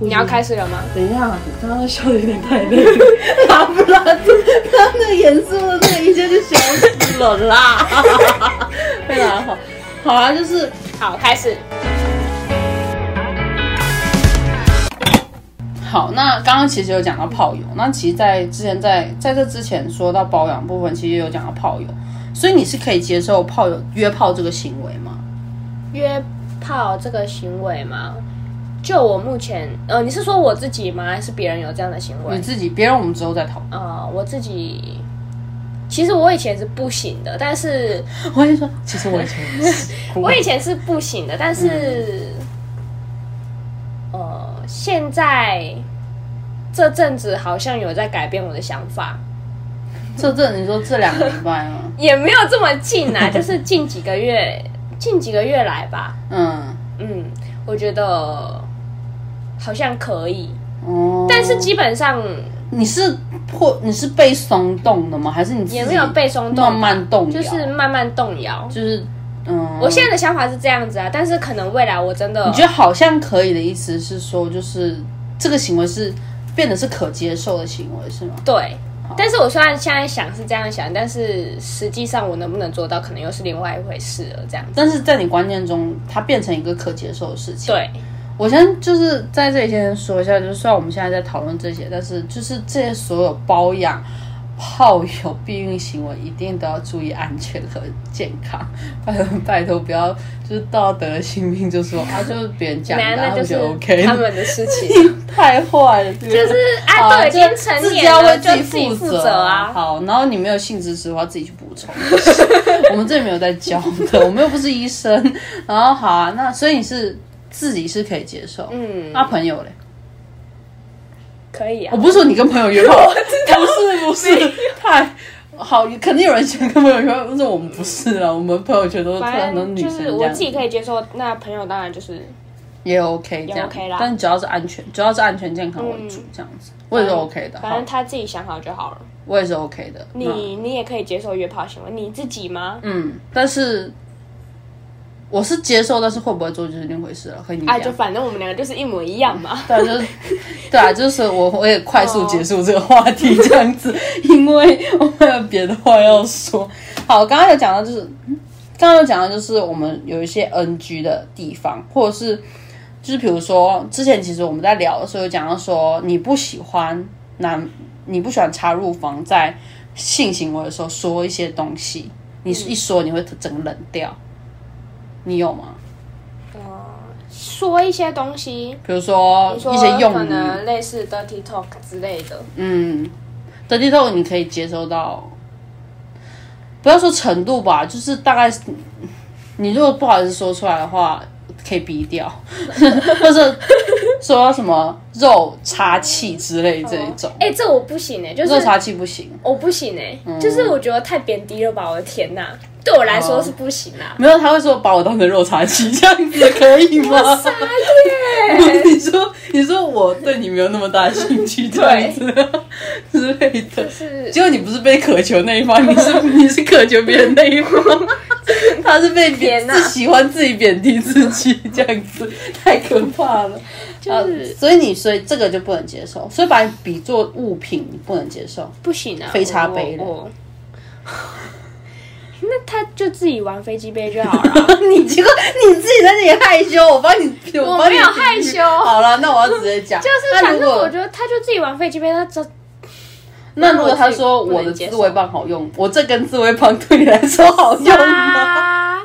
你要开始了吗？等一下，你刚刚笑的有点太累了，拉不拉住？刚那严肃的那一下就消失了啦。 非常好，好啊，就是好，开始。好。那刚刚其实有讲到炮友，那其实在之前在在这之前说到包养部分，其实也有讲到炮友，所以你是可以接受炮友约炮这个行为吗？约炮这个行为吗？就我目前，呃，你是说我自己吗？还是别人有这样的行为你？自己，别人我们之后再讨论。呃，我自己，其实我以前是不行的，但是我跟你说，其实我以前也是我以前是不行的，但是，呃，现在这阵子好像有在改变我的想法，这阵你说这两个礼 拜吗？也没有这么近啊，就是近几个月，近几个月来吧，嗯，嗯，我觉得好像可以，哦，但是基本上你是破，你是被松动的吗？还是你自己也没有被松动，慢慢动摇？就是慢慢动摇。就是，嗯，我现在的想法是这样子啊，但是可能未来我真的你觉得好像可以的意思是说，就是这个行为是变得是可接受的行为是吗？对。但是我虽然现在想是这样想，但是实际上我能不能做到，可能又是另外一回事了。这样子，但是在你观念中，它变成一个可接受的事情。对，我先就是在这里先说一下，就是虽然我们现在在讨论这些，但是就是这些所有包养、炮友、避孕行为，一定都要注意安全和健康。拜托拜托，不要就是到得了性病就说啊，就是别人讲的男啊，的我就是觉得 OK，他们的事 情，太坏了，就就是好啊，都已就经成自己年要为了，就自己负负责责啊。好，然后你没有性知识的话，自己去补充。我们这里没有在教的，我们又不是医生。然后好啊，那所以你是自己是可以接受，嗯，那朋友嘞？可以啊我。不是说你跟朋友约炮， 不是不是，太好，肯定有人喜欢跟朋友约炮，但是我们不是啦，我们朋友圈都是反很多正女就生这是样，我自己可以接受，那朋友当然就是也 OK 这也样 OK 啦嗯但只要是安全，只要是安全健康为主这样子，我也是 OK 的，反好正，他自己想好就好了。我也是 OK 的。那你你也可以接受约炮行为，你自己吗？嗯，但是我是接受，但是会不会做就是另一回事了，和你啊，讲。就反正我们两个就是一模一样嘛。 对啊，就是对啊，就是我我也快哦速结束这个话题这样子，因为我们有别的话要说。好，刚刚有讲到就是，嗯刚刚有讲到就是我们有一些 NG 的地方，或者是就是比如说之前其实我们在聊的时候有讲到说你不喜欢男，你不喜欢插入房在性行为的时候说一些东西，你嗯一说你会整个冷掉，你有吗？嗯嗯说一些东西，比如说你说一些可用语，能类似 dirty talk 之类的，嗯，dirty talk 你可以接收到，不要说程度吧，就是大概是，你如果不好意思说出来的话，可以逼掉， 或者说什么肉插气之类这一种，哎、这我不行哎、就是肉插气不行。我不行哎、嗯就是我觉得太贬低了吧，我的天呐、对我来哦说是不行啊啦、 没有，他会说把我当成肉插气这样子可以吗？傻耶！ 你说，你说我对你没有那么大兴趣这样子之类的就， 是结果你不是被渴求那一方，你是 你是渴求别人那一方， 他是被贬天哪自喜欢自己贬低自己这样子，太可怕了。就是啊所以你所以这个就不能接受，所以把你比作物品，你不能接 受。不行啊，飞叉杯我了我 那他就自己玩飞机杯就好了。你结果你自己在那里害羞，我帮你，我我帮没你有比喻害羞好了，那我要直接讲，就就是反正我觉得他就自己玩飞机杯，他这那如果他说我我自的己不能接受自慰棒好用，我这根自慰棒对你来说好用吗？啊，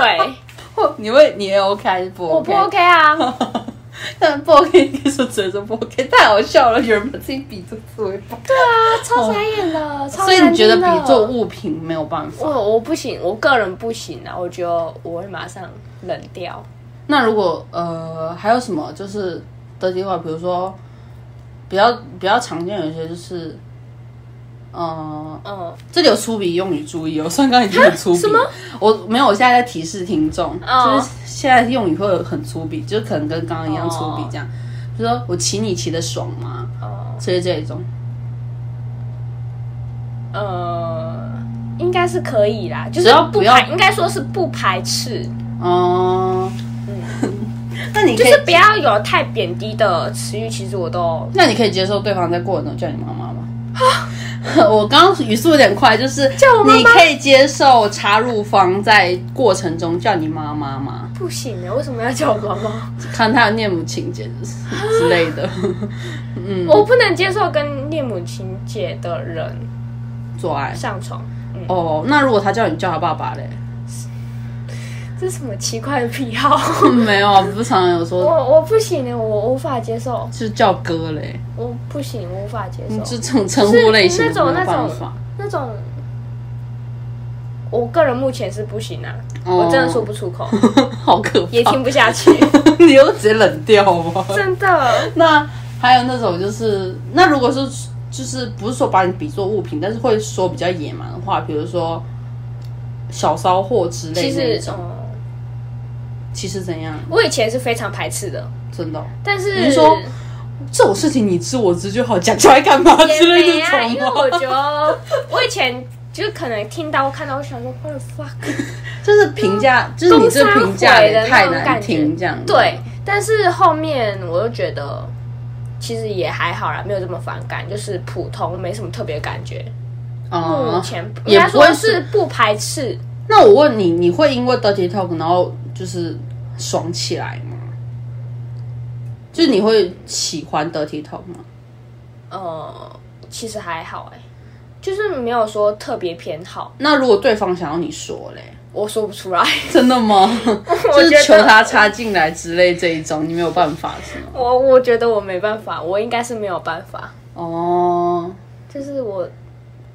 对，你会你也 OK 还是不 OK？ 我不 OK 啊， 但不 OK 应该说只能说不 OK，太好笑了，有人把自己比作自慰棒，对啊，超傻眼的，超哦所以你觉得难听的比作物品没有办法？我我不行，我个人不行啊，我觉得我会马上冷掉。那如果呃还有什么就是的计划，比如说比较比较常呃见有一些就是。呃，嗯，这里有粗鄙用语注意哦，虽然刚才已经很粗鄙，什么？我没有，我现在在提示听众哦就是现在用语会有很粗鄙，就可能跟刚刚一样粗哦鄙这样。就说我骑你骑的爽吗？哦，所以这一种，呃，应该是可以啦，就是只要不不要排，应该说是不排斥。哦、 那你就可以是，不要有太贬低的词语，其实我都那你可以接受对方在过程中叫你妈妈吗？ 我刚刚语速有点快，就是叫我妈妈你可以接受插入方在过程中叫你妈妈吗？不行啊！为什么要叫我妈妈？看他有恋母情节之之类的， 嗯我不能接受跟恋母情节的人做爱。上床。嗯，哦，那如果他叫你叫他爸爸嘞？ 这是什么奇怪的癖好？ 没有，啊，不是常常有我说我不行的，我无法接受，就是叫哥嘞，我不行，我无法接受。嗯就这种称呼类型是那种没有办那法。那种，我个人目前是不行啊，哦我真的说不出口， 好可也怕！ 听不下去，你又直接冷掉吗？真的。 那还有那种就是，那如果是就是不是说把你比作物品，但是会说比较野蛮的话，比如说小骚货之其类的那实，种，嗯，其实怎样？我以前是非常排斥的，真的哦、但你是是说这种事情你知我知就好，讲出来干嘛也之类没的啊，这因为种吗？哦我觉得我以前就是可能听到看到，我想说 what the fuck，就是评价，就是你这评价工商毁也的太那种难感觉听，这样对。但是后面我又觉得其实也还好啦，没有这么反感，就是普通，没什么特别感觉。目哦、前也应该不会说是不排斥。那我问你，你会因为 dirty talk 然后就是爽起来吗？就是你会喜欢 dirty talk 吗？呃，其实还好哎、就是没有说特别偏好，那如果对方想要你说嘞，我说不出来， 真的吗？就我是觉得求他插进来之类这一种，你没有办法是吗？我我觉得我没办法，我应该是没有办法，哦，就是我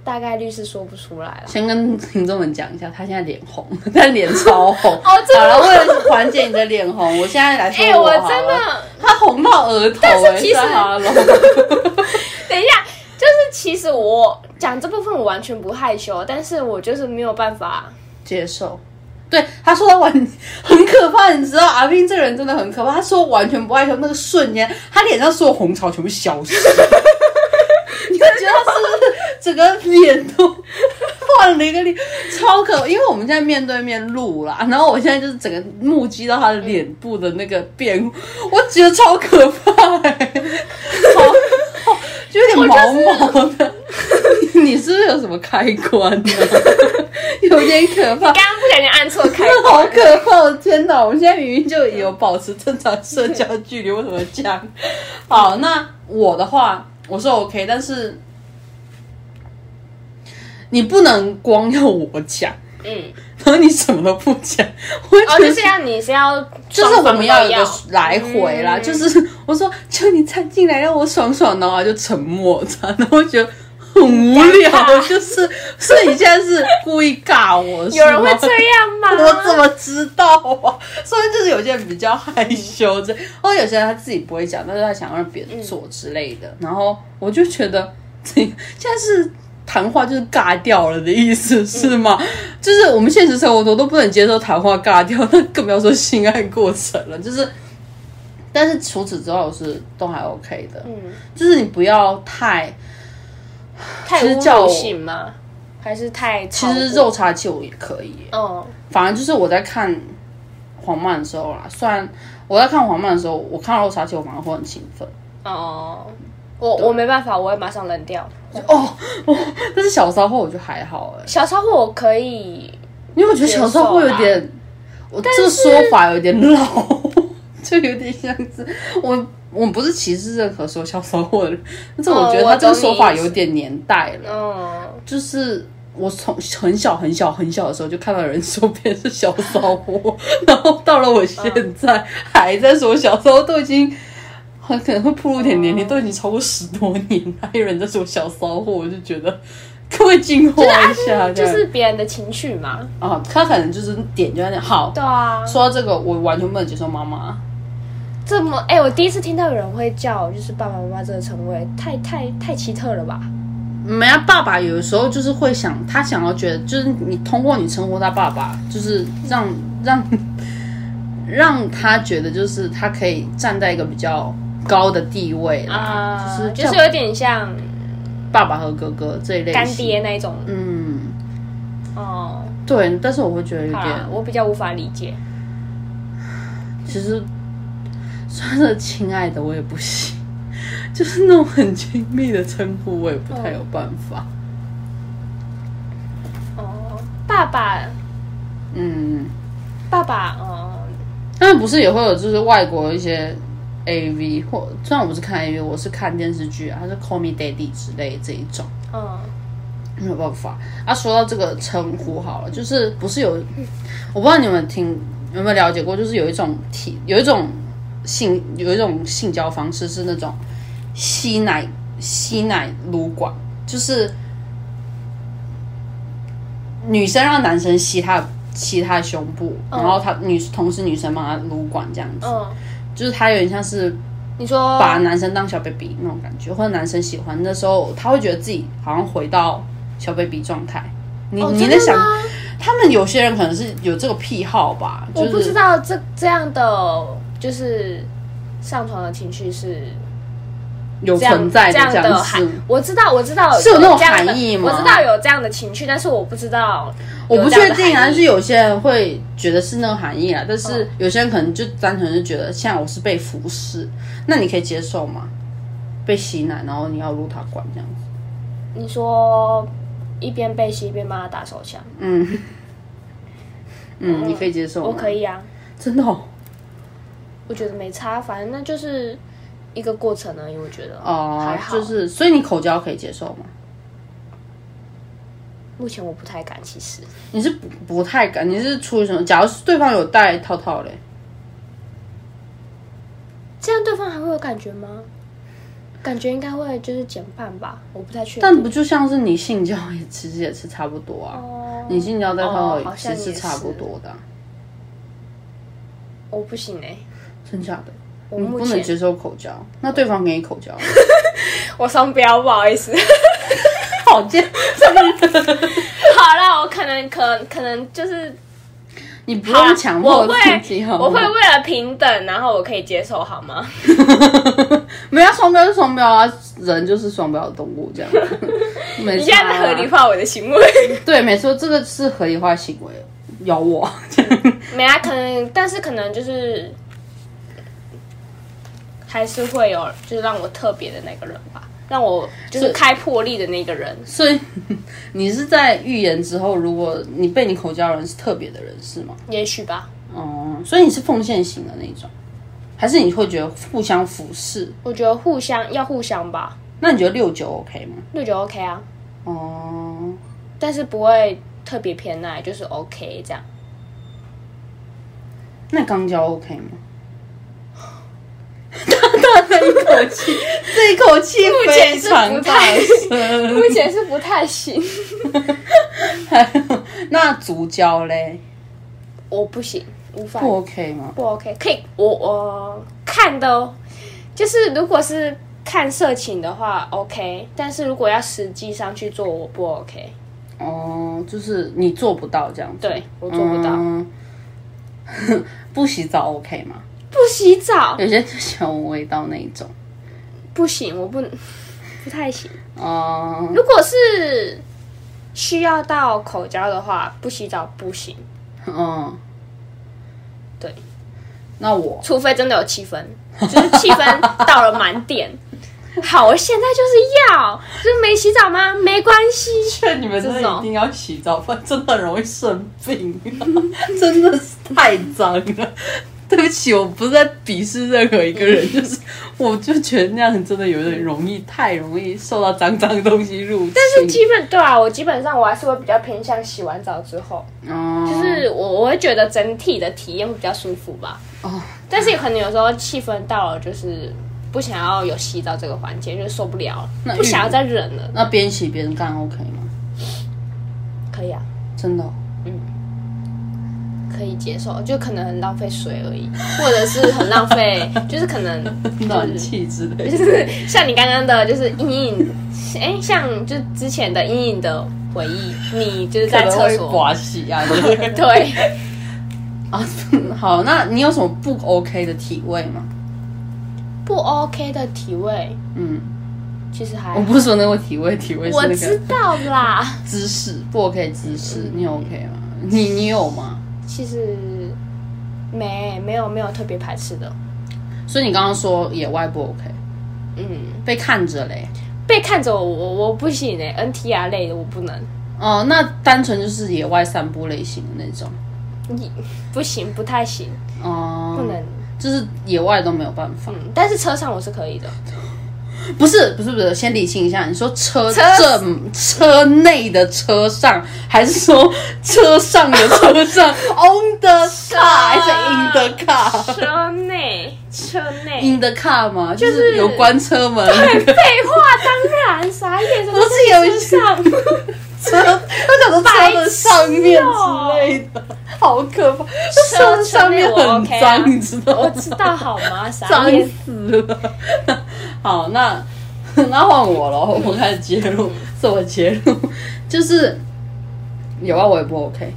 大概率是说不出来了。先跟听众们讲一下，他现在脸红， 他脸超红。哦真的好了，为了缓解你的脸红，我现在来说哎、我我好真了的，他红到额头、但是哎其实在哈喽等一下，就是其实我讲这部分我完全不害羞，但是我就是没有办法，接受。对，他说他完很可怕，你知道阿斌这个人真的很可怕。他说完全不害羞，那个瞬间他脸上所有红潮全部消失，你会觉得他是不是整个脸都换了一个脸，超可。因为我们现在面对面录啦，然后我现在就是整个目击到他的脸部的那个变化，我觉得超可怕、欸，超就有点毛毛的。 你是不是有什么开关呢、有点可怕。刚刚不小心按错开那 好可怕！我天哪，我们现在明明就有保持正常社交距离，为什么这样？好，那我的话，我说 OK，但是你不能光要我讲，嗯，然后你什么都不讲，我哦，觉就得是要你是要，就是我们要要有一个来回嗯啦，就是我说求你掺进来让我爽爽，然后他就沉默，然后我觉得。很无聊，就是，所以你现在是故意尬我，有人是会吗这样吗？ 我怎么知道啊？ 所以就是有些人比较害羞这，或者有些人他自己不会讲，但是他想让别人做之类的。然后我就觉得，这现在是谈话就是尬掉了的意思是吗？就是我们现实生活中都不能接受谈话尬掉，那更不要说性爱过程了。就是，但是除此之外，我是都还 OK 的。嗯，就是你不要太，太其实侮叫我辱性吗？还是太其超实过肉茶器我也可以耶、哦，反正就是我在看黄漫的时候啦，虽然我在看黄漫的时候，我看到肉茶球，我反而会很兴奋。哦，我啊我没办法，我会马上扔掉。就哦，哦，但是小骚货我就还好哎、小超货我可以，因为我觉得小骚货有点，我这个说法有点老， 就有点像是我我不是歧视任何说小骚货的人，但是哦我觉得他这个说法有点年代了，啊嗯，就是。我从很小很小很小的时候就看到有人说别人是小骚货，然后到了我嗯现在还在说小骚货，都已经很可能会暴露点年嗯龄，都已经超过十多年了，还有人在说小骚货，我就觉得可不可以进化一下？这就样是别人的情绪嘛。啊，他可能就是点就在那。好，对啊，说到这个，我完全不能接受妈妈。这么哎、我第一次听到有人会叫就是爸爸妈妈这个称谓，太太太奇特了吧？没啊，爸爸有的时候就是会想，他想要觉得，就是你通过你称呼他爸爸，就是让让让他觉得，就是他可以站在一个比较高的地位啦，啊、就是就是像有点像爸爸和哥哥这一类型干爹，那一种。嗯，哦、对。但是我会觉得有好点啦，我比较无法理解。其实穿着“亲爱的”我也不行，就是那种很亲密的称呼我也不太有办法。哦，爸爸，嗯，爸爸，嗯，他们不是也会有就是外国一些 A V 或虽然我不是看 A V，我是看电视剧啊，它是 Call Me Daddy 之类的这一种。嗯，没有办法。啊，说到这个称呼好了，就是不是有，我不知道你们听有没有了解过，就是有一种体，有一种性，有一种性交方式是那种吸奶吸奶撸管，就是女生让男生吸她的吸她的胸部，然后她女同时女生帮她撸管这样子，嗯，就是她有点像是你说把男生当小 baby 那种感觉，或者男生喜欢那时候，他会觉得自己好像回到小 baby 状态。你、哦你真在的想，吗他们有些人可能是有这个癖好吧，我不就知是道这这样的就是上床的情绪是有这样存在这样样的子含，，我知道我知道是有那种这样的含义吗我知道有这样的情绪，但是我不知道我有不这样确的含义，定啊，但是有些人会觉得是那个含义啊，但是有些人可能就单纯是觉得，现在我是被服侍，那你可以接受吗？被洗奶，然后你要撸他管这样子，你说一边被吸一边帮他打手枪，嗯，嗯，你可以接受吗？我可，以啊，真的哦。我觉得没差，反正那就是一个过程而已，我觉得哦还，好。就是，所以你口交可以接受吗？目前我不太敢，其实你是不不太敢，你是出于什么？假如是对方有戴套套嘞，这样对方还会有感觉吗？感觉应该会就是减半吧，我不太确定。但不就像是你性交也其实也是差不多啊，哦你性交戴套哦好其像实也是差不多的啊、我不行哎、剩下的我你目嗯不能前接受口交，那对方给 你口交，我双标，不好意思。好贱，好啦，我可能可可能就是 你不用强迫我会自己好吗我会为了平等，然后我可以接受好吗？没有双标就双标啊，人就是双标的动 物这样子，没你事、现在在合理化我的行为，对，没错，这个是合理化行为，咬我，没啊？可能，但是可能就是还是会有，就是让我特别的那个人吧，让我就是是开魄力的那个人。所以 你是在预言之后，如果你被你口交的人是特别的人是吗？也许吧，哦、所以你是奉献型的那种，还是你会觉得互相服侍？我觉得互相要互相吧，那你觉得六九 OK 吗？六九 OK 啊，哦、但是不会特别偏爱，就是 OK 这样。那肛交 OK 吗？大大的一口气，这一口气目前非是常不大太声。目前是不太行， 那足交嘞，我不行，无法不 OK 吗？不 OK，可以，我我看的哦，就是如果是看色情的话 OK，但是如果要实际上去做，我不 OK，哦、就是你做不到这样子，对我做不到。嗯 不洗澡 OK 吗？不洗澡有些就喜欢闻味道那一种。不行，我不 不太行。哦、如果是需要到口交的话，不洗澡不行，嗯，对，那我除非真的有气氛，就是气氛到了满点。 好，我现在就是要，就是没洗澡吗？没关系， 劝你们真的一定要洗澡，不然真的很容易生 病、真的是太脏了。 对不起，我不是在鄙视任何一个人，就是我就觉得那样真的有点容易，太容易受到脏脏的东西入侵。但是基本对啊，我基本上我还是会比较偏向洗完澡之后，哦，就是我我会觉得整体的体验会比较舒服吧。哦，但是有可能有时候气氛到了，就是不想要有洗澡这个环节，就是受不了那了，浴不想要再忍了。那边洗边干 OK 吗？可以啊，真 的哦、可以接受，就可能很浪费水而已，或者是很浪费， 就是可能暖气之类就的。是像你刚刚的，就是隐隐，哎、像就之前的隐隐的回忆，你就是在厕可能会所，刮洗啊，就是对。啊， 好，那你有什么不 OK 的体位吗？不 OK 的体位，嗯，其实还我不是说那个体位，体位是我那知个道啦。姿势不 OK 姿势，你 OK 吗？你你有吗？其实没没有没有特别排斥的，所以你刚刚说野外不 OK，嗯，被看着嘞。被看着我我我不行哎、n t r 类的我不能，哦、那单纯就是野外散步类型的那种。你不行，不太行，哦、不能。就是野外都没有办法。嗯，但是车上我是可以 的。不是不是不是，先理清一下，你说车车正车内的车上，还是说车上的车上 ？On the car 还是 in the car？车内，车内。 in the car 吗？就是是有关车门那个废话，当然，傻眼，怎么不是有一车上？ 车，我想说车的上面之类的，好可怕！车上面很车内我 OK 啊脏，你知道我吗？知道好 吗？傻脏眼。死了。 好，那 那换我了， 我开始揭露，自我揭露， 就是有啊，我也不 OK。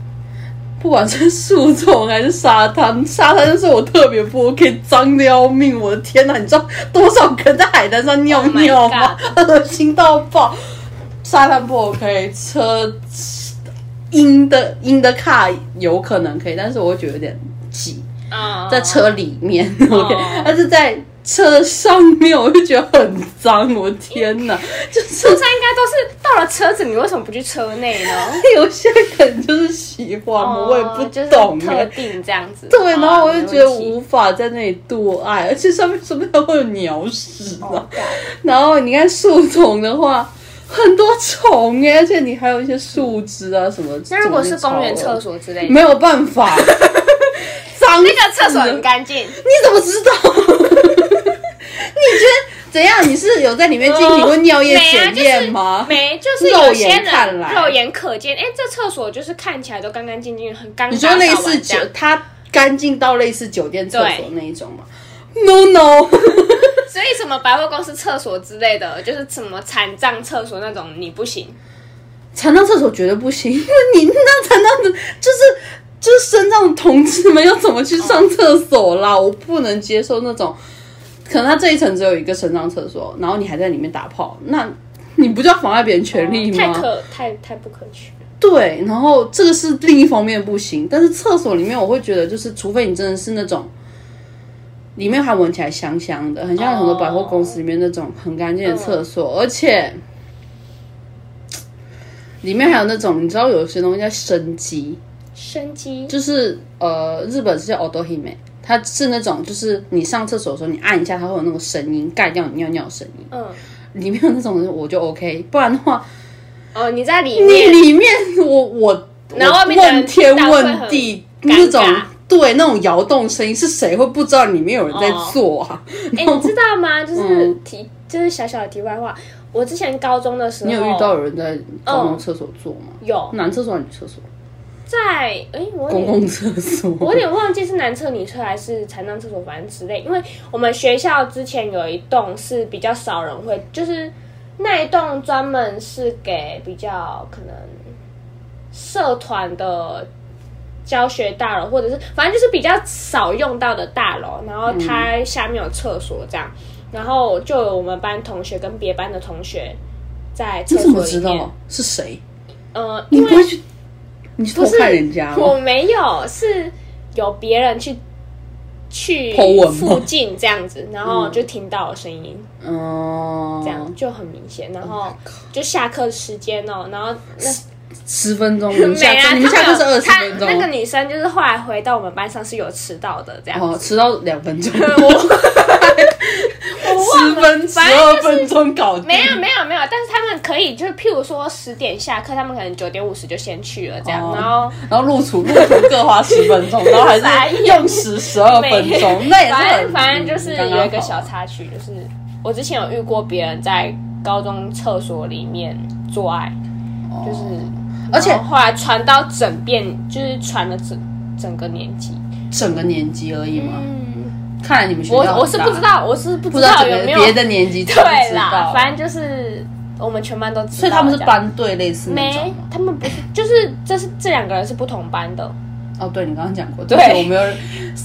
不管是树丛还是沙滩， 沙滩就是我特别不 OK，脏的要命！我的天哪，你知道多少个人在海滩上尿 Oh my 尿吗？ 恶心到爆！沙滩不 OK，车阴的阴的卡有可能可以，但是我会觉得有点挤。啊在车里面、 哦 o k 但是在车上面，我就觉得很脏，我 天哪！就是通常应该都是到了车子，你为什么不去车内呢？有些人就是喜欢我，我也不懂哦就是、哎、特定这样子。哦对，然后我就觉得无。无法在那里度爱，而且上面什么都会有鸟屎啊。哦干然后你看树丛的话，很多虫哎、而且你还有一些树枝啊什么。那如果是公园怎么厕那所之类超恶的，没有 办法，脏那个厕所死了很干净，你怎么知道？ 你觉得怎样？你是有在里面进行过尿液检验吗？没，啊就是有些肉眼看人来肉眼可见，哎，这厕所就是看起来都干干净净，很干。你说类似酒这样，它干净到类似酒店厕所对那一种吗？No no，所以什么百货公司厕所之类的，就是什么残障厕所那种，你不行。残障厕所绝对不行，因 为你那残障的就是。就是身障同志们要怎么去上厕所啦？我不能接受那种，可能他这一层只有一个身障厕所，然后你还在里面打炮，那你不叫妨碍别人权利吗？哦太可太太不可取。对，然后这个是另一方面不行，但是厕所里面我会觉得，就是除非你真的是那种，里面还闻起来香香的，很像很多百货公司里面那种很干净的厕所，而且里面还有那种你知道有些东西叫生机，生机就是呃日本是叫 odohime，它是那种就是你上厕所的时候你按一下它会有那种声音盖掉你尿尿的声音，嗯，里面有那种我就 OK，不然的话。哦，你在里你面，里面我我然后我外面的人问天问地听到会那很种尴尬对那种摇动声音是谁会不知道里面有人在做啊？哎，你知道吗？就是嗯题，就是小小的题外话。我之前高中的时候，你有遇到有人在公共厕所做吗？有男厕所还是女厕所？在哎，哦我有公点共厕我所。有点忘记是男厕、女厕还是残障厕所，反正之类。因为我们学校之前有一栋是比较少人会，就是那一栋专门是给比较可能社团的教学大楼，或者是反正就是比较少用到的大楼。然嗯后它下面有厕所这样，然后就有我们班同学跟别班的同学在厕你所怎里么面。知道是谁？呃，你因不为会去你去偷看人家我吗？没有，是有别人去去 Po 文吗附近这样 子，然后就听到了声音，嗯，Oh 这样就很明显。然后就下课时间哦，然 后那十分钟，你们下没啊，课，你们下课是他们二有十分他那个钟，女生就是后来回到我们班上是有迟到的这样。 哦，迟到两分钟，我忘十了分十反正二就是分钟搞定，没有没有没有，但是他们可以，就是譬如说十点下课，他们可能九点五十就先去了这样，哦然后然后路途路途各花十分钟，然后还 傻是眼用时十二分 钟，哦那也是反正很嗯反正就是刚刚好有一个小插曲，就是我之前有遇过别人在高中厕所里面做爱，就是哦而且然后后来传到整遍，就是传了整整个年级。整个年级而已嘛。嗯，看来你们学校我很大我是不知，道，我是不不知知道道整有个没有别的年级知不 对知啦道，，反正就是我们全班都知道，所以他们是这样。班队类似那种没吗？，他们不是，就是这是这两个人是不同班的，哦，对你刚刚讲过，对对不起，我没有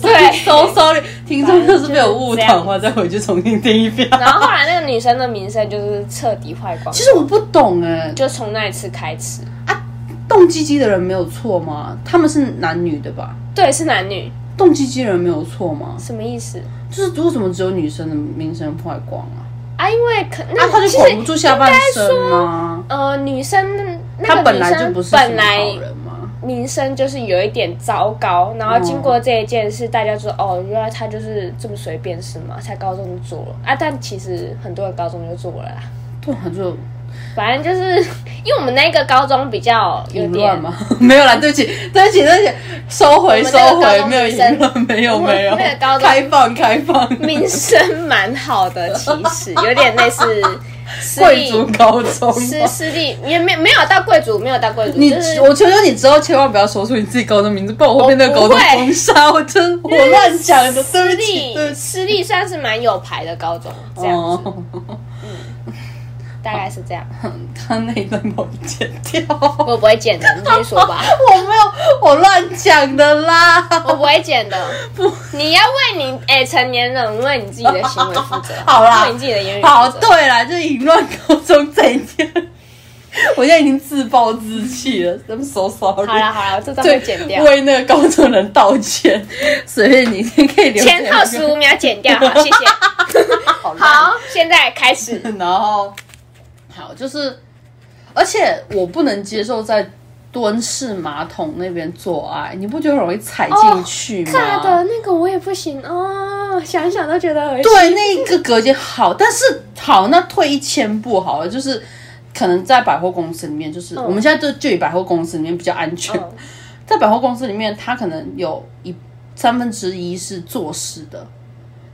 对，so sorry，听众要是被我误导的话，再回去重新听一遍。然后后来那个女生的名声就是彻底坏光 其，实我不懂哎，就从那一次开始。动鸡鸡的人没有错吗？他们是男女的吧？对，是男女，动机机人没有错吗？什么意思就是为什么只有女生的名声外光啊？啊？因为可那那她就其管不实住下半身啊，呃，女生那她个本女来生就不是什本么来好人嘛。名声就是有一点糟糕，然后经过这一件事，大家说哦，原来他就是这么随便是吗？才高中就做了啊，但其实很多人高中就做了啦。对啊，就反正就是 因为我们那个高中比较有淫点乱吗？ 没有啦，对不起，对不起，对不起，收回我们收那个高回，中没有女生淫乱，没有我们没有，那个高中开放开放，名声蛮好的，其 实有点类似私贵立族高中吗。私私立，也没没有到贵族，没有到贵族，你，就是我求求你之后千万不要说出你自己高中名字，不然我会被那个高我不中会封杀。我真我乱讲的，对私不起，对立不起。私立算是蛮有牌的高中，这样子，哦，大概是这样。他那一段把我剪掉，我不会剪的，你继续说 吧。我没有，我乱讲的啦。我不会剪的。不，你要为你哎、成年人为你自己的行为负责 ，好啦为你自己哎的言语负责。好，对啦，就是淫乱高中这一天，我现在已经自暴自弃了，I'm so 好 sorry 啦。好啦，这段对会剪，掉，为那个高中人道歉，随便你，你可以留前后十五秒剪掉，好，谢谢。 好啦，好，现在开始。然后好就是，而且我不能接受在蹲式马桶那边做爱，你不觉得容易踩进去吗？炸哦的那个我也不行哦，想想都觉得恶心。对，那个隔间好，但是好，那退一千步好了，就是可能在百货公司里面，就是、我们现在就就以百货公司里面比较安全，嗯在百货公司里面，它可能有一三分之一是坐式的。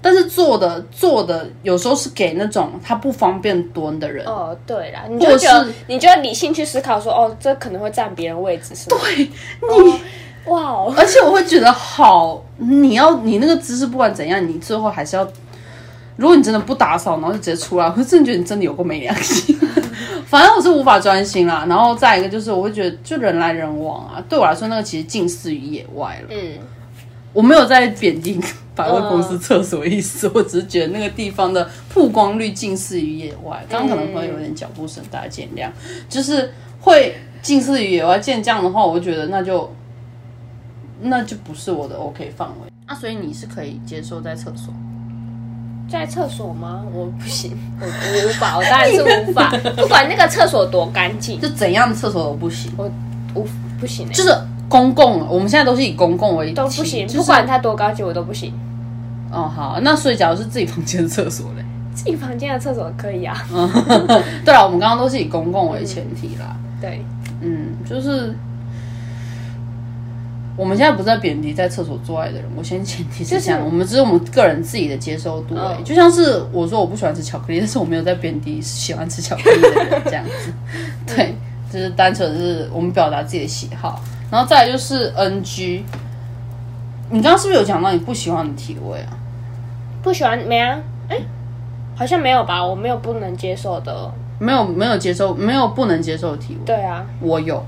但是坐的坐的有时候是给那种他不方便蹲的人，哦，对啦，你或就是觉得你就理性去思考说，哦，这可能会占别人位置，是吗？对，哇哦，而且我会觉得好，你要你那个姿势不管怎样，你最后还是要，如果你真的不打扫，然后就直接出来，我会真的觉得你真的有够没良心。 反正我是无法专心啦，然后再一个就是，我会觉得就人来人往啊，对我来说那个其实近似于野外了。嗯，我没有在贬低百货公司厕所的意思，我只是觉得那个地方的曝光率近似于野外。刚刚可能会有点脚步声，大家见谅。就是会近似于野外，见这样的话，我觉得那就那就不是我的 OK 范围。那、所以你是可以接受在厕所？在厕所吗？我不行，我我无法，我当然是无法，不管那个厕所多干净，就怎样的厕所都不行，我我不行、欸，就是公共，我们现在都是以公共为起都不行，就是不管它多高级，我都不行。哦好，那所以假如是自己房间的厕所嘞？ 自己房间的厕所可以啊，嗯对啊了，我们刚刚都是以公共为前提啦。对，嗯，就是我们现在不是在贬低在厕所做爱的人，我先前提是就是这样，我们只是我们个人自己的接受度、而已。嗯就像是我说我不喜欢吃巧克力，但是我没有在贬低喜欢吃巧克力的人这样子，嗯 对，就是单纯是我们表达自己的喜好，然后再来就是 NG。你刚刚是不是有讲到你不喜欢的体位啊？不喜欢没啊？哎、好像没有吧，我没有不能接受的。没有，没有接受，没有不能接受的体位，对啊，我有，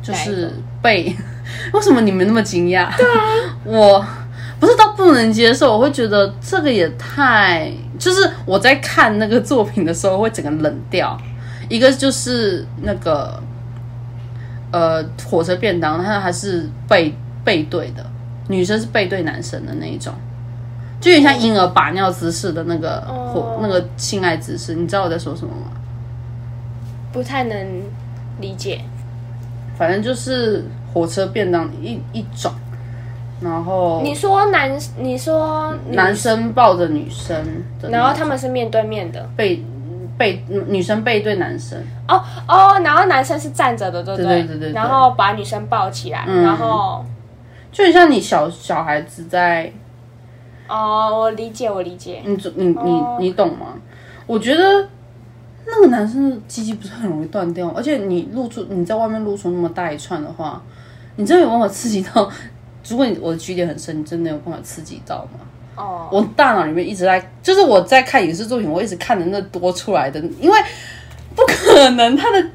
就哪一是个被。 为什么你们那么惊讶？对啊， 我不是到不能接受，我会觉得这个也太……就是我在看那个作品的时候，会整个冷掉。一个就是那个呃火车便当，它还是背背对的，女生是背对男生的那一种。就有点像婴儿把尿姿势的那个火、哦那个性爱姿势，你知道我在说什么吗？不太能理解。反正就是火车便当一一种，然后你说男，你说女男，生抱着女生的那种，然后他们是面对面的。背背女生背对男生，哦哦，然后男生是站着的，对不对对对对嗯对对然后把女生抱起来，然后就很像你小小孩子在哦，我理解，我理解。你你你哦你懂吗？我觉得那个男生的鸡鸡不是很容易断掉吗，而且你露出你在外面露出那么大一串的话，你真的有办法刺激到？如果你我的局点很深，你真的有办法刺激到吗？哦，我大脑里面一直在，就是我在看影视作品，我一直看着那多出来的，因为不可能他的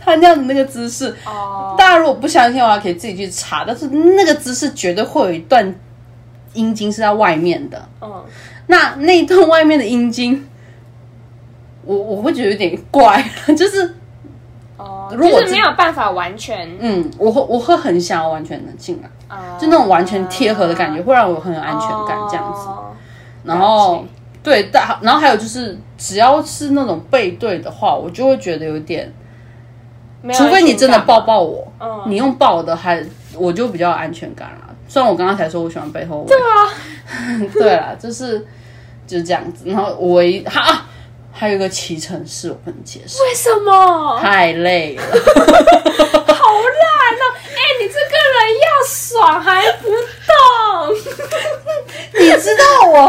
他那样的那个姿势，哦，大家如果不相信的话，可以自己去查，但是那个姿势绝对会有一段阴茎是在外面的，嗯，那那一段外面的阴茎，我我会觉得有点怪，就是哦，如果就是没有办法完全嗯，我会我会很想要完全能进来，啊，就那种完全贴合的感觉，会让我很有安全哦感这样子。然后对，但然后还有就是，只要是那种背对的话，我就会觉得有点，没有除非你真的抱安抱我，全感嘛，嗯，你用抱的还我就比较有安全感啦。虽然我刚刚才说我喜欢背后围，对啊， 对啦，就是就是这样子。然后我一哈、啊，还有一个骑乘式，我不能接受，为什么？太累 了。好烂哦！哎、你这个人要爽还不 动，你知道我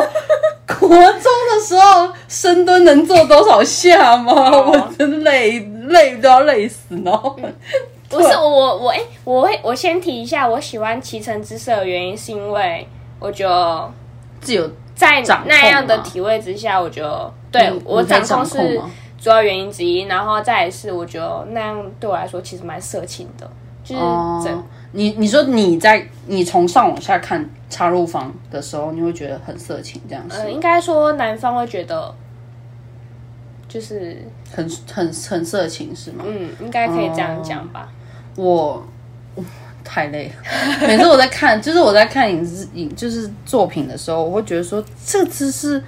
国中的时候深蹲能做多少下吗？哦嗯我真的累累都要累死，然后不是我我我哎、我会我先提一下，我喜欢骑乘姿势的原因是因为我就自由在掌控吗那样的体位之下，我就对你我你可以掌掌控是吗主要原因之一，然后再来是我觉得那样对我来说其实蛮色情的，就是哦整、。你你说你在你从上往下看插入方的时候，你会觉得很色情，这样是、呃，应该说男方会觉得。就是，很很很色情是吗？嗯，应该可以这样讲吧。哦我我太累了，每次我在看， 就是我在看影视影就是作品的时候，我会觉得说这个姿势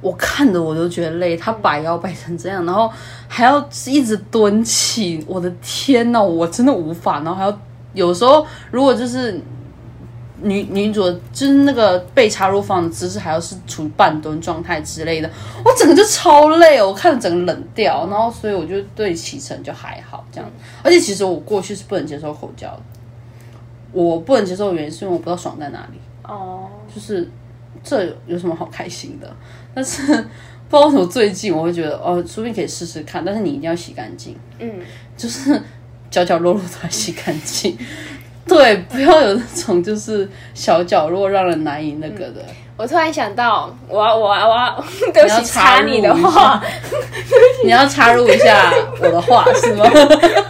我看的我都觉得累，他摆腰摆成这样，然后还要一直蹲起，我的天呐，我真的无法，然后还要有时候如果就是。女女主的就是那个被插入方的姿势，还要是处于半蹲状态之类的，我整个就超累哦，我看着整个冷掉，然后所以我就对启程就还好这样。而且其实我过去是不能接受口交的，我不能接受的原因是因为我不知道爽在哪里，哦，就是这有有什么好开心的？但是不知道为什么最近我会觉得哦，说不定可以试试看，但是你一定要洗干净，嗯，就是角角落落都要洗干净。 对，不要有那种就是小角落让人难以那个的。我突然想到，我要我要我要， 对不你要起，插插入你的话， 你要插入一下我的话是吗？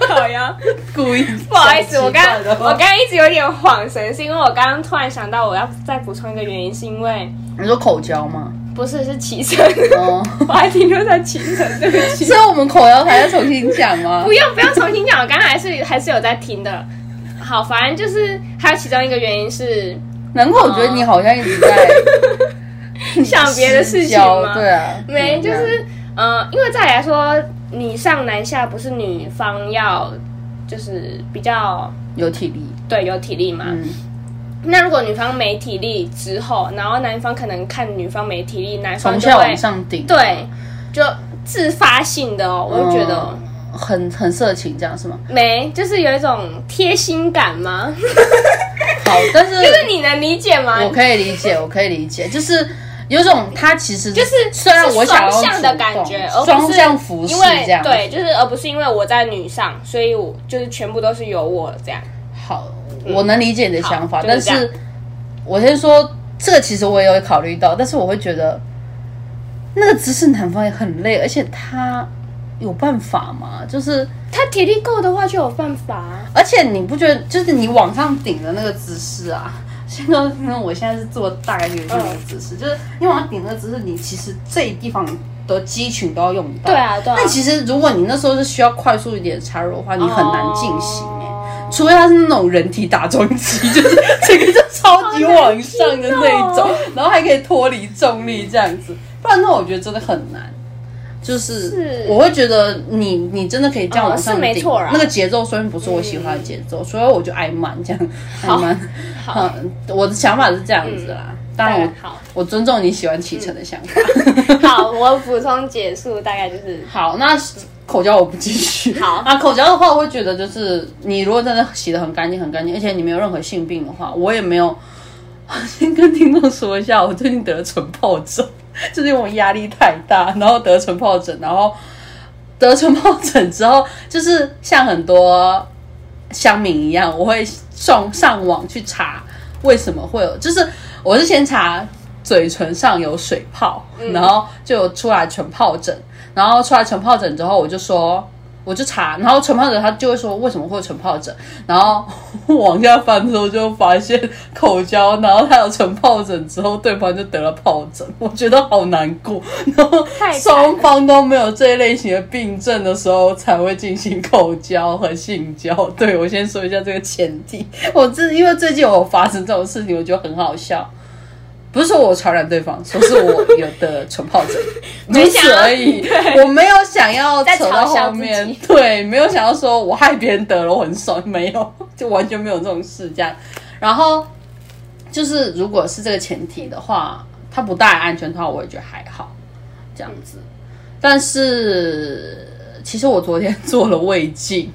好呀，故意不好意思，讲我奇刚怪的话我刚一直有点恍神，是因为我刚刚突然想到，我要再补充一个原因，是因为你说口交吗？不是是骑乘，哦， 我还停留在骑乘，对不起，所以我们口交还要重新讲吗不？用不用重新讲，我刚刚还是还是有在听的。好，反正就是还有其中一个原因是难怪我觉得你好像一直在 想别的事失情焦吗？对啊，没，就嗯是呃，因为再来说，你上男下不是女方要就是比较有体力，对有体力嘛。嗯，那如果女方没体力之后，然后男方可能看女方没体力，男方从就下会往上顶，嗯对，就自发性的哦，我就觉得、很很色情，这样是吗？没，就是有一种贴心感吗？好，但是就是你能理解吗？我可以理解，我可以理解，就是。有种他其实就是虽然我想要是双向的感觉，而主动不是双向服侍因这为样，对，就是而不是因为我在女上，所以我就是全部都是由我这样。好，我能理解你的想嗯法，好就但是这样是我先说这个，其实我也有考虑到，但是我会觉得那个姿势男方也很累，而且他有办法吗？就是他体力够的话就有办法、啊而且你不觉得，就是你往上顶的那个姿势啊， 现在那我现在是做大概率的那种姿嗯势，就是你往上顶那个姿势，你其实这一地方的肌群都要用到。对啊对啊但其实如果你那时候是需要快速一点插入的话，你很难进行哎、哦除非它是那种人体打桩机，就是这个就超级往上的那一种，然后还可以脱离重力这样子，不然的话我觉得真的很难。就是是我会觉觉得你你真的可以这样往上哦是顶，没错啦那个节奏虽然不是我喜欢的节奏，所以我就爱慢这样，爱慢。 好嗯嗯，我的想法是这样子啦。当然我，哦啊好我尊重你喜欢启程的想法。好， 我补充结束，大概就是好，那口交我不继续。好那口交的话，我会觉得就是你如果真的洗得很干净、很干净，而且你没有任何性病的话，我也没有。 先跟听众说一下，我最近得了唇疱 疹，就是因为我压力太大，然后得了唇疱疹，然后得唇疱疹之后，就是像很多乡民一样，我会上上网去查为什么会有，就是我是先查嘴唇上有水泡，然后就有出来唇疱疹，然后出来唇疱疹之后，我就说我就查，然后晨泡者他就会说为什么会有晨泡者，然后往下翻的时候就发现口交，然后他有晨泡疹之后，对方就得了疱疹， 我觉得好难过。然后太惨了双方都没有这一类型的病症的时候，才会进行口交和性交。对我先说一下这个前提，我自因为最近我发生这种事情，我觉得很好笑。不是说我传染对方，说是我有的唇 疱疹，没如想此到而已。我没有想要扯到在嘲后笑自面己，对，没有想要说我害别人得了，我很爽，没有，就完全没有这种事这样。然后就是如果是这个前提的话，他不戴安全套，我也觉得还好，这样子。但是其实我昨天做了胃镜，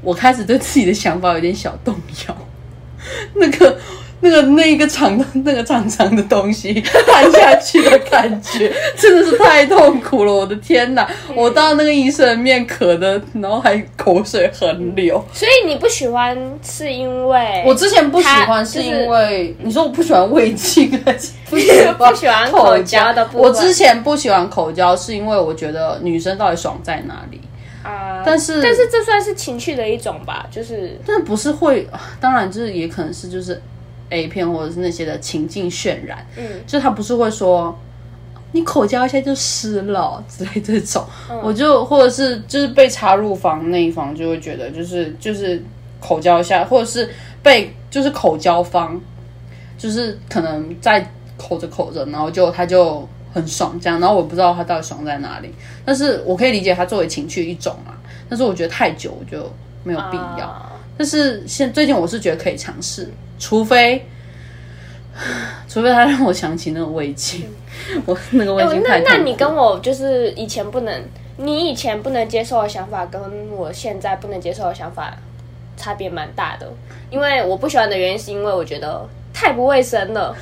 我开始对自己的想法有点小动摇。那个、那个、那个长的、那个长长的东西 按下去的感觉， 真的是太痛苦了！我的天哪，嗯我到那个医生的面咳的，然后还口水横流。所以你不喜欢是因为我之前不喜欢他是因为你说我不喜欢胃镜，还是不喜 不喜欢口交的部分我之前不喜欢口交是因为我觉得女生到底爽在哪里？啊、但是但是这算是情趣的一种吧，就是但不是会，啊当然就是也可能是就是 A 片或者是那些的情境渲染，嗯，就他不是会说你口交一下就湿了之类这种，嗯我就或者是就是被插入方那一方就会觉得就是就是口交一下，或者是被就是口交方，就是可能在口着口着，然后就他就很爽这样，然后我不知道他到底爽在哪里，但是我可以理解他作为情趣一种啊，但是我觉得太久我就没有必要。啊但是现最近我是觉得可以尝试，除非， 除非他让我想起那个味精，我那个味哎我精那太痛苦、那你跟我就是以前不能，你以前不能接受的想法，跟我现在不能接受的想法差别蛮大的。因为我不喜欢的原因，是因为我觉得太不卫生 了。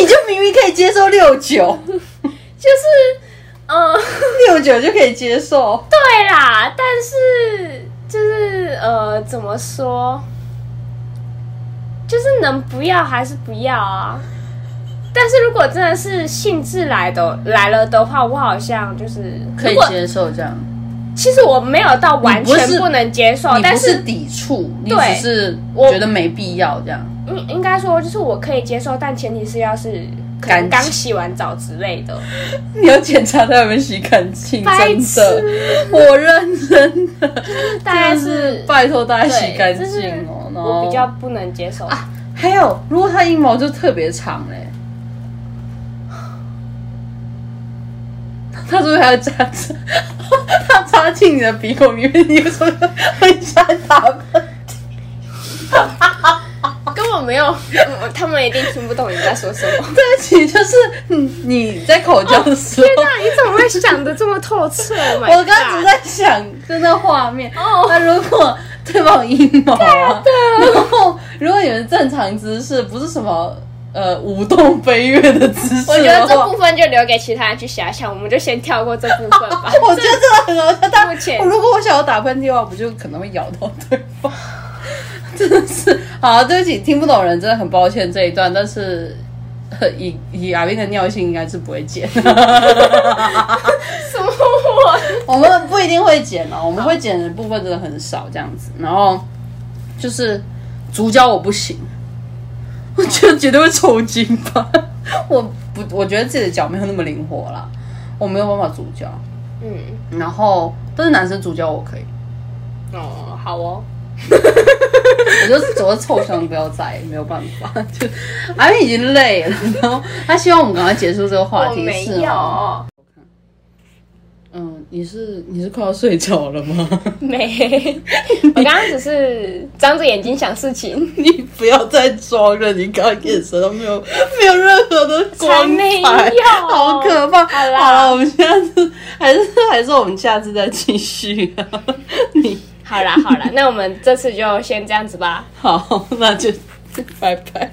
你就明明可以接受六九， 嗯，六九就可以接受。对啦，但是就是呃，怎么说，就是能不要还是不要啊。但是如果真的是兴致来的来了的话，我好像就是可如以果接受这样，其实我没有到完你不全是不能接受，你哦但不是是抵触，你对只是我觉得没必要这样。应嗯应该说就是我可以接受，但前提是要是可干能净刚洗完澡之类的。你要检查他有没有洗干净，白真痴的，我认真的，大概真的是拜托大家对洗干这是净哦。然我后比较不能接受啊，还有，如果他阴毛就特别长嘞、他说还要扎 针，他扎进你的鼻孔里面，你说很想打喷根本啊没有，嗯他们一定听不懂你在说什 么。对不起，就是嗯你在口交的时候，那你怎么会想的这么透彻？我我刚刚只在想，就那画面。，Oh 哦那如果对方有阴谋啊， 然后如果你们正常姿势，不是什么呃舞动飞跃的姿势的话，我觉得这部分就留给其他人去遐想，我们就先跳过这部分吧。我觉得这个很好笑。但 目前我 如果我想要打喷嚏的话，不就可能会咬到对方？ 真的是，好，啊对不起，听不懂人真的很抱歉这一段，但是。呃以以阿斌的尿性应该是不会剪， 什么我？我们不一定会剪哦，我们会剪的部分真的很少这样子。然后就是足交我不行， 我觉得绝对会抽筋吧。 我不，我觉得自己的脚没有那么灵活啦，我没有办法足交。嗯，然后但是男生足交我可以，哦，好哦，我就只会臭香不要在，没有办法，就阿妹已经累了，然后他希望我们赶快结束这个话我题，没是吗？有，嗯，你是你是快要睡着了吗？ 没， 我刚刚只是张着眼睛想事情，你不要再装了，你刚刚眼神都没有没有任何的才光没有彩，好可怕！好啦好了，我们下次还是还是我们下次再继续、啊。 你 好啦 好啦，那我们这次就先这样子吧。好，那就拜拜。